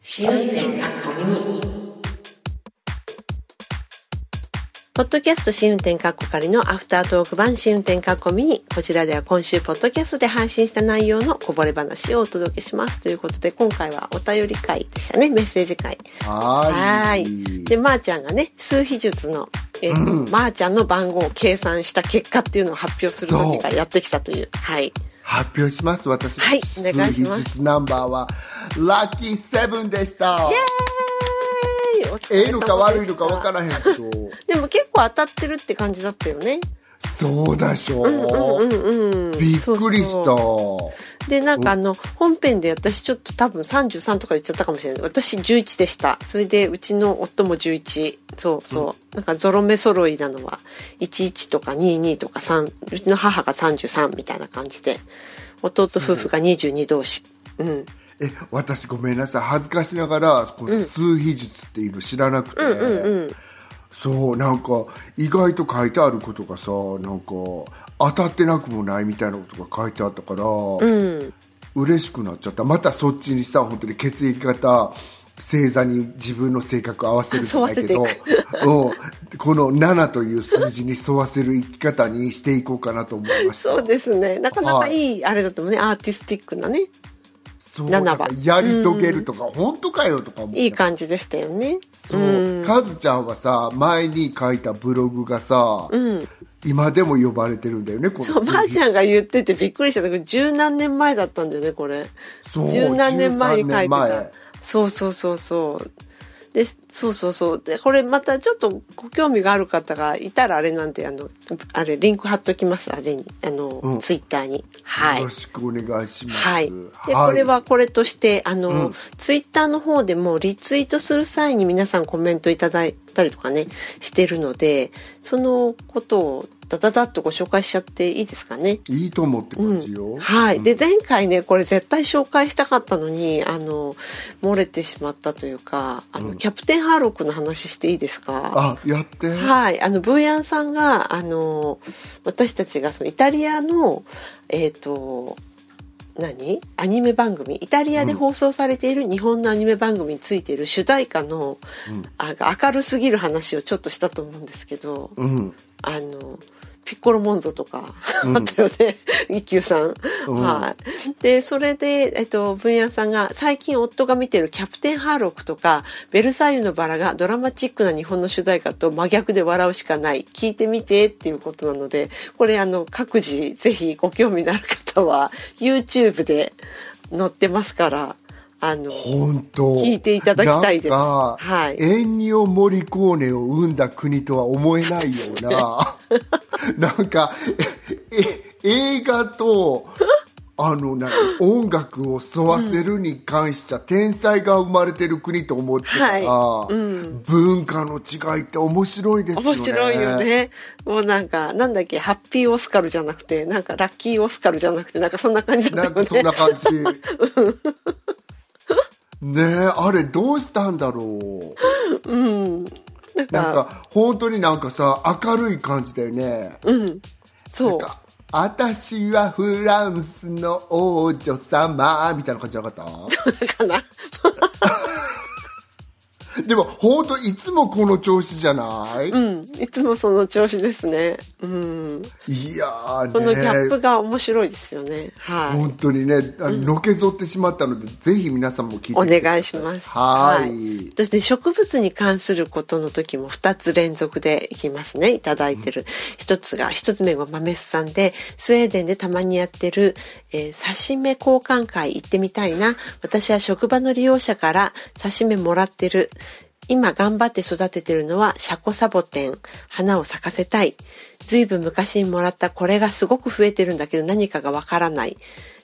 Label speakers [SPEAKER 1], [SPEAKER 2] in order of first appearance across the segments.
[SPEAKER 1] 試運転かっこミニ
[SPEAKER 2] ポッドキャスト試運転カッコ仮のアフタートーク版試運転カッコミニ。こちらでは今週ポッドキャストで配信した内容のこぼれ話をお届けします。ということで今回はお便り会でしたね。メッセージ会。
[SPEAKER 3] はーい。
[SPEAKER 2] で、まー、ちゃんがね、数秘術の、えーまー、ちゃんの番号を計算した結果っていうのを発表する時がやってきたという。はい。
[SPEAKER 3] 発表します、私
[SPEAKER 2] はいお願いします
[SPEAKER 3] 数日ナンバーは、ラッキーセブンでし
[SPEAKER 2] え
[SPEAKER 3] た。
[SPEAKER 2] ーお疲れ様でした
[SPEAKER 3] ええのか悪いのか分からへんけど。
[SPEAKER 2] でも結構当たってるって感じだったよね。
[SPEAKER 3] そうでしょ
[SPEAKER 2] うん
[SPEAKER 3] う。
[SPEAKER 2] うんうん。
[SPEAKER 3] びっくり
[SPEAKER 2] そ
[SPEAKER 3] し
[SPEAKER 2] う
[SPEAKER 3] た
[SPEAKER 2] そう。で、なんかあの、本編で私ちょっと多分33とか言っちゃったかもしれない。私11でした。それで、うちの夫も11。そうそう。なんかゾロ目揃いなのは、11とか22とか3、うちの母が33みたいな感じで、弟夫婦が22同士。うん。
[SPEAKER 3] え、私ごめんなさい。恥ずかしながら、この数秘術っていうの知らなくて。そう、なんか、意外と書いてあることがさ、なんか、当たってなくもないみたいなことが書いてあったから、
[SPEAKER 2] うん。
[SPEAKER 3] 嬉しくなっちゃったまたそっちにさ本当に血液型星座に自分の性格を合わせるじゃないけど
[SPEAKER 2] 沿わ
[SPEAKER 3] うんこの7という数字に沿わせる生き方にしていこうかなと思いました
[SPEAKER 2] そうですね。なかなかいい、あれだと思うね。アーティスティックなね。
[SPEAKER 3] そう
[SPEAKER 2] 7番
[SPEAKER 3] なんかやり遂げるとか、本当かよとか思って
[SPEAKER 2] いい感じでしたよね。
[SPEAKER 3] そう、カズちゃんはさ前に書いたブログがさ、今でも呼ばれてるんだよねこの
[SPEAKER 2] そう、
[SPEAKER 3] 数字
[SPEAKER 2] ばあちゃんが言っててびっくりした。これ十何年前だったんだよね、これ。
[SPEAKER 3] そう
[SPEAKER 2] 十何年前に書いて
[SPEAKER 3] 13年
[SPEAKER 2] た
[SPEAKER 3] 前。
[SPEAKER 2] そうそうそうそう。で、そうそうそう。で、これまたちょっとご興味がある方がいたらあれなんで、あの、あれ、リンク貼っときます、あれに、あの、
[SPEAKER 3] うん
[SPEAKER 2] ツイッターに。はい
[SPEAKER 3] よろ。しくお願いします、
[SPEAKER 2] はい。で、これはこれとして、あの、ツイッターの方でもリツイートする際に皆さんコメントいただいたりとかね、してるので、そのことをダダダッとご紹介しちゃっていいですかね。
[SPEAKER 3] いいと思って感じよ、
[SPEAKER 2] はい。で、前回ね、これ絶対紹介したかったのに、あの、漏れてしまったというか、あの、キャプテンハーロックの話していいですか
[SPEAKER 3] あやって
[SPEAKER 2] はい。あの、ブーヤンさんが、あの、私たちがそのイタリアの、えっ、と、何アニメ番組イタリアで放送されている日本のアニメ番組についている主題歌の、あが明るすぎる話をちょっとしたと思うんですけど、
[SPEAKER 3] うん
[SPEAKER 2] あのピッコロモンゾとかあったよね、 一休さん。
[SPEAKER 3] うん
[SPEAKER 2] はい。で、それで、えっと、文也さんが、最近夫が見てるキャプテンハーロックとか、ベルサイユのバラがドラマチックな日本の主題歌と真逆で笑うしかない。聞いてみてっていうことなので、これ、あの、各自、ぜひご興味のある方は、YouTube で載ってますから、あの、
[SPEAKER 3] 本当
[SPEAKER 2] 聞いていただきたいです
[SPEAKER 3] なんか、
[SPEAKER 2] はい
[SPEAKER 3] エンニオ・モリコーネを生んだ国とは思えないよう ななんかええ映画とあのなんか音楽を沿わせるに関しちゃ、天才が生まれてる国と思ってたら、
[SPEAKER 2] は
[SPEAKER 3] 文化の違いって面白いですよね
[SPEAKER 2] 面白いよね。もうなんか、なんだっけ、ハッピーオスカルじゃなくて、なんかラッキーオスカルじゃなくて、なんかそんな感じだ
[SPEAKER 3] な
[SPEAKER 2] っ
[SPEAKER 3] ん
[SPEAKER 2] た
[SPEAKER 3] か
[SPEAKER 2] よ
[SPEAKER 3] そん
[SPEAKER 2] ね
[SPEAKER 3] な。感じ。ねえ、あれどうしたんだろう。
[SPEAKER 2] なん
[SPEAKER 3] なん
[SPEAKER 2] か、
[SPEAKER 3] か、本当になんかさ、明るい感じだよね。
[SPEAKER 2] そう。
[SPEAKER 3] なんか私はフランスの王女様みたいな感じじゃなかっ
[SPEAKER 2] かな。
[SPEAKER 3] たでも本当いつもこの調子じゃない、
[SPEAKER 2] うん。いつもその調子ですね。うん。
[SPEAKER 3] いや
[SPEAKER 2] このギャッ
[SPEAKER 3] ー
[SPEAKER 2] プ
[SPEAKER 3] ね
[SPEAKER 2] が面白いですよね。は
[SPEAKER 3] 本当にねあののけぞってしまったので、ぜひ皆さんも聞いて
[SPEAKER 2] い。
[SPEAKER 3] くだ
[SPEAKER 2] お
[SPEAKER 3] さ
[SPEAKER 2] 願いします。
[SPEAKER 3] はーい
[SPEAKER 2] そして植物に関することの時も2つ連続でいきますね。いただいてる。一つが、一つ目がマメスさんで、スウェーデンでたまにやってる、えー刺し目交換会行ってみたいな。私は職場の利用者から刺し目もらってる。今頑張って育ててるのはシャコサボテン。花を咲かせたい。ずいぶん昔にもらったこれがすごく増えてるんだけど何かがわからない。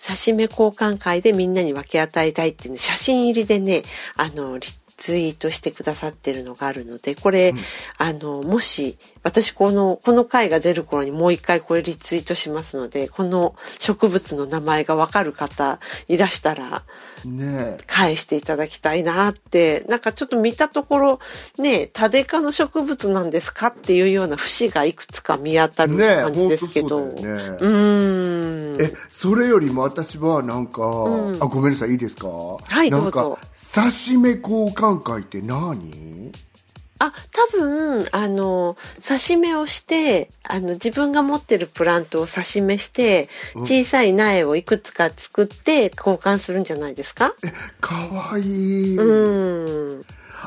[SPEAKER 2] 刺し目交換会でみんなに分け与えたいってね、写真入りでね、あの、リツイートしてくださってるのがあるので、これ、あの、もし、私この、この回が出る頃にもう一回これリツイートしますので、この植物の名前がわかる方いらしたら、
[SPEAKER 3] ね
[SPEAKER 2] 返していただきたいなってなんかちょっと見たところねタデ科の植物なんですかっていうような節がいくつか見当た
[SPEAKER 3] え
[SPEAKER 2] る
[SPEAKER 3] ねえ
[SPEAKER 2] 感じ
[SPEAKER 3] 本
[SPEAKER 2] で
[SPEAKER 3] 当
[SPEAKER 2] すけど、
[SPEAKER 3] そうだよね、
[SPEAKER 2] うーん
[SPEAKER 3] えそれよりも私はなんか、
[SPEAKER 2] うん
[SPEAKER 3] あごめんなさいいいですか
[SPEAKER 2] い
[SPEAKER 3] なん
[SPEAKER 2] どうぞ
[SPEAKER 3] か刺し目交換会って何
[SPEAKER 2] あ多分あの刺し目をしてあの自分が持ってるプラントを刺し目して小さい苗をいくつか作って交換するんじゃないですか
[SPEAKER 3] かわいい、
[SPEAKER 2] うん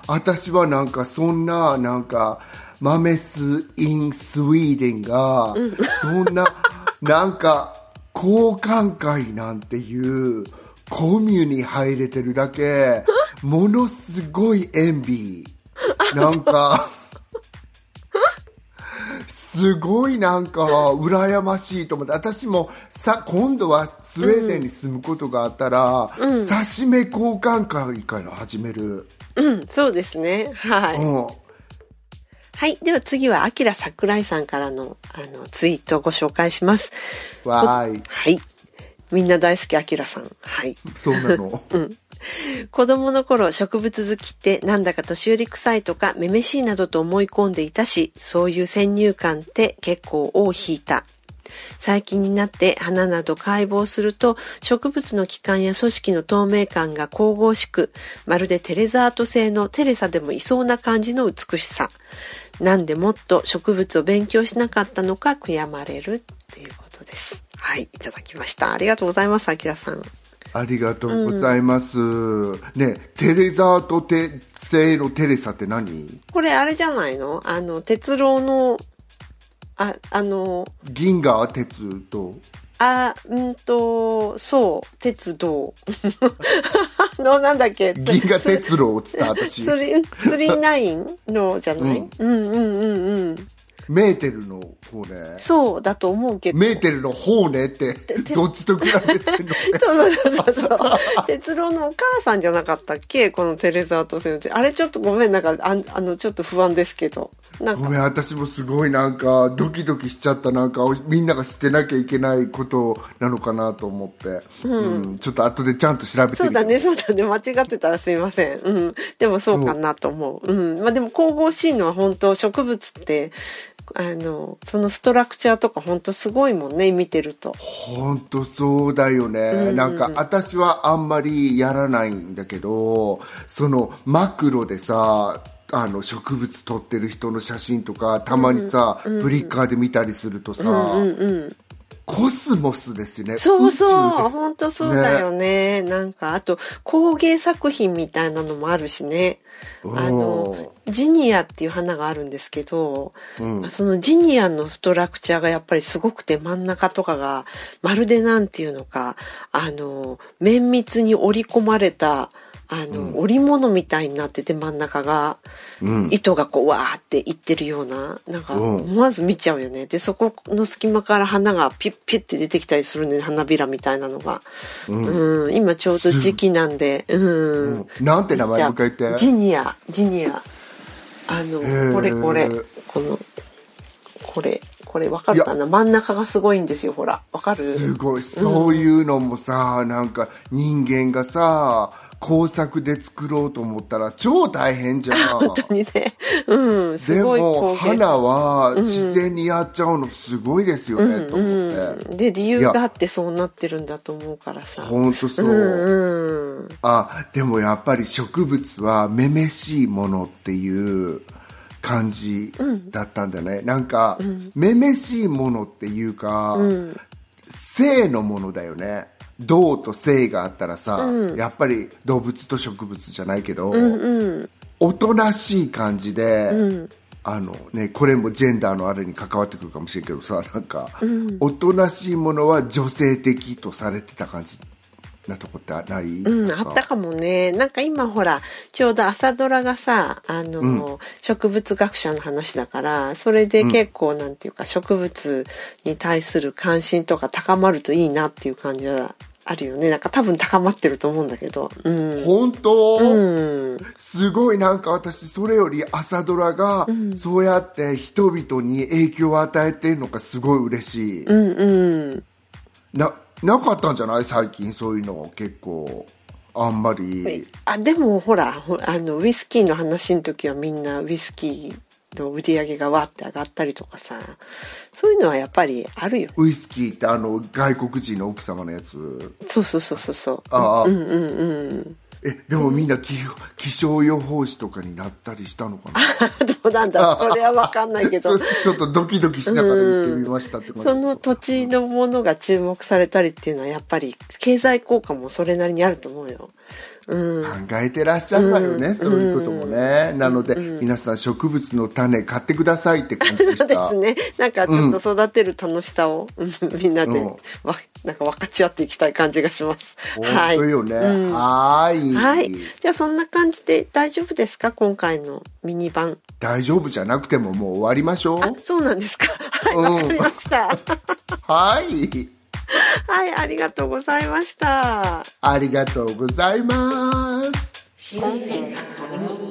[SPEAKER 3] 私はなんかそんななんかマメス・イン・スウィーデンが、そんななんか交換会なんていうコミュに入れてるだけものすごいエンビなんかすごいなんか羨ましいと思って私もさ今度はスウェーデンに住むことがあったら、刺し目交換会から始める。
[SPEAKER 2] うんそうですねはい、
[SPEAKER 3] うん
[SPEAKER 2] はいでは次はあきら桜井さんからのあのツイートをご紹介します
[SPEAKER 3] わーい。
[SPEAKER 2] はいみんな大好きあきらさんはい
[SPEAKER 3] そうなの。
[SPEAKER 2] 子供の頃植物好きってなんだか年寄り臭いとかめめしいなどと思い込んでいたし、そういう先入観って結構尾を引いた。最近になって花など解剖すると植物の器官や組織の透明感が神々しく、まるでテレザート製のテレサでもいそうな感じの美しさ。なんでもっと植物を勉強しなかったのか悔やまれるっていうことです。はい、いただきました。ありがとうございます、あきらさん。
[SPEAKER 3] ありがとうございます。ね、テレザーとテ、セのテレサって何。
[SPEAKER 2] これあれじゃないのあの、鉄郎の、あ、あの、
[SPEAKER 3] 銀河鉄と。
[SPEAKER 2] あ、うんと、そう、鉄道。 あの、なんだっけ
[SPEAKER 3] 銀河鉄郎っつった 私。
[SPEAKER 2] スリ、スリナインのじゃない、うん、うんうんうんうん
[SPEAKER 3] メーテルの方ね。
[SPEAKER 2] そうだと思うけど。
[SPEAKER 3] メーテルの方ねって、
[SPEAKER 2] て
[SPEAKER 3] どっちと比べ てんの。
[SPEAKER 2] そうそうそうそう。鉄郎のお母さんじゃなかったっけこのテレザーとセノチ。あれちょっとごめん、なんか、あんあの、ちょっと不安ですけど。なん
[SPEAKER 3] ご
[SPEAKER 2] か、
[SPEAKER 3] めん、私もすごいなんか、ドキドキしちゃった、なんか、おみんなが知ってなきゃいけないことなのかなと思って。うん、ちょっと後でちゃんと調べて
[SPEAKER 2] そう
[SPEAKER 3] みて
[SPEAKER 2] だね、そうだね。間違ってたらすいません。うん。でもそうかなと思う。うん。まあでも神々しいのは本当植物って、あの、そのストラクチャーとか本当すごいもんね、見てると。
[SPEAKER 3] 本当そうだよね、なんか私はあんまりやらないんだけどそのマクロでさあの植物撮ってる人の写真とかたまにさ、ブリッカーで見たりするとさ、コスモスですよね
[SPEAKER 2] そう
[SPEAKER 3] 宇宙
[SPEAKER 2] そう、
[SPEAKER 3] です
[SPEAKER 2] 本当そうだよ
[SPEAKER 3] ね
[SPEAKER 2] ね。なんか、あと工芸作品みたいなのもあるしね。
[SPEAKER 3] ん
[SPEAKER 2] あの、ジニアっていう花があるんですけど、そのジニアのストラクチャーがやっぱりすごくて真ん中とかが、まるでなんていうのか、あの、綿密に織り込まれた、あの、織物みたいになってて真ん中が、糸がこうわーっていってるような、なんか
[SPEAKER 3] うん
[SPEAKER 2] 思わず見ちゃうよね。で、そこの隙間から花がピュッピュッって出てきたりするね、花びらみたいなのが。うん、今ちょうど時期なんで、うん。
[SPEAKER 3] うんなんて名
[SPEAKER 2] じゃ
[SPEAKER 3] 前
[SPEAKER 2] あ
[SPEAKER 3] もう一回言って
[SPEAKER 2] ジニア、ジニア。あの、
[SPEAKER 3] ー
[SPEAKER 2] これこれ、この、これ、これわかるかな真ん中がすごいんですよ、ほら。わかる
[SPEAKER 3] すごいそういうのもさ、なんか人間がさ工作で作ろうと思ったら超大変 じゃん
[SPEAKER 2] 本当にね。うん、す
[SPEAKER 3] で
[SPEAKER 2] ごい
[SPEAKER 3] も
[SPEAKER 2] 光景。
[SPEAKER 3] 花は自然にやっちゃうのすごいですよね、と思って
[SPEAKER 2] うんで、理由があってそうなってるんだと思うからさ。
[SPEAKER 3] 本当そう、
[SPEAKER 2] うんうん。
[SPEAKER 3] あでもやっぱり植物はめめしいものっていう感じだったんだね、なんか、めめしいものっていうか、性のものだよね動と性があったらさ、やっぱり動物と植物じゃないけど、おとなしい感じで、あのね、これもジェンダーのあれに関わってくるかもしれんけどさなんか、おとなしいものは女性的とされてた感じなとこってない、
[SPEAKER 2] うん、
[SPEAKER 3] なん
[SPEAKER 2] あ
[SPEAKER 3] か
[SPEAKER 2] ったかもね。なんか今ほら、ちょうど朝ドラがさ、あの、植物学者の話だから、それで結構なんていうか、植物に対する関心とか高まるといいなっていう感じはあるよね。なんか多分高まってると思うんだけど。うん。
[SPEAKER 3] 本当、
[SPEAKER 2] うん。
[SPEAKER 3] すごいなんか私それより朝ドラがそうやって人々に影響を与えてるのがすごい嬉しい、
[SPEAKER 2] うんうん。
[SPEAKER 3] ななかったんじゃない最近そういうの結構あんまり
[SPEAKER 2] あでもほらほあのウイスキーの話の時はみんなウイスキーの売り上げがわって上がったりとかさそういうのはやっぱりあるよ
[SPEAKER 3] ウイスキーってあの外国人の奥様のやつ
[SPEAKER 2] そうそうそうそうそう
[SPEAKER 3] ああうんうんうんえでもみんな気気象予報士とかになったりしたのか な
[SPEAKER 2] どうなんだろうそれは分かんないけ
[SPEAKER 3] ち
[SPEAKER 2] ど
[SPEAKER 3] ょちょっとドキドキしながら行ってみましたって感じ
[SPEAKER 2] その土地のものが注目されたりっていうのはやっぱり経済効果もそれなりにあると思うよ。うん、
[SPEAKER 3] 考えてらっしゃるわよね、そういうこともね、なので、皆さん植物の種買ってくださいって感じで
[SPEAKER 2] そう
[SPEAKER 3] し
[SPEAKER 2] で
[SPEAKER 3] た
[SPEAKER 2] すねなんかちょっと育てる楽しさを、 うんみんなで、
[SPEAKER 3] うん
[SPEAKER 2] わなんか分かち合っていきたい感じがします。は
[SPEAKER 3] 本
[SPEAKER 2] い
[SPEAKER 3] 当よね、はーい
[SPEAKER 2] はい、じゃあそんな感じで大丈夫ですか今回のミニ版
[SPEAKER 3] 大丈夫じゃなくてももう終わりましょう
[SPEAKER 2] あそうなんですかはいわかりました
[SPEAKER 3] はい
[SPEAKER 2] はいありがとうございました
[SPEAKER 3] ありがとうございます
[SPEAKER 1] 新年がこれに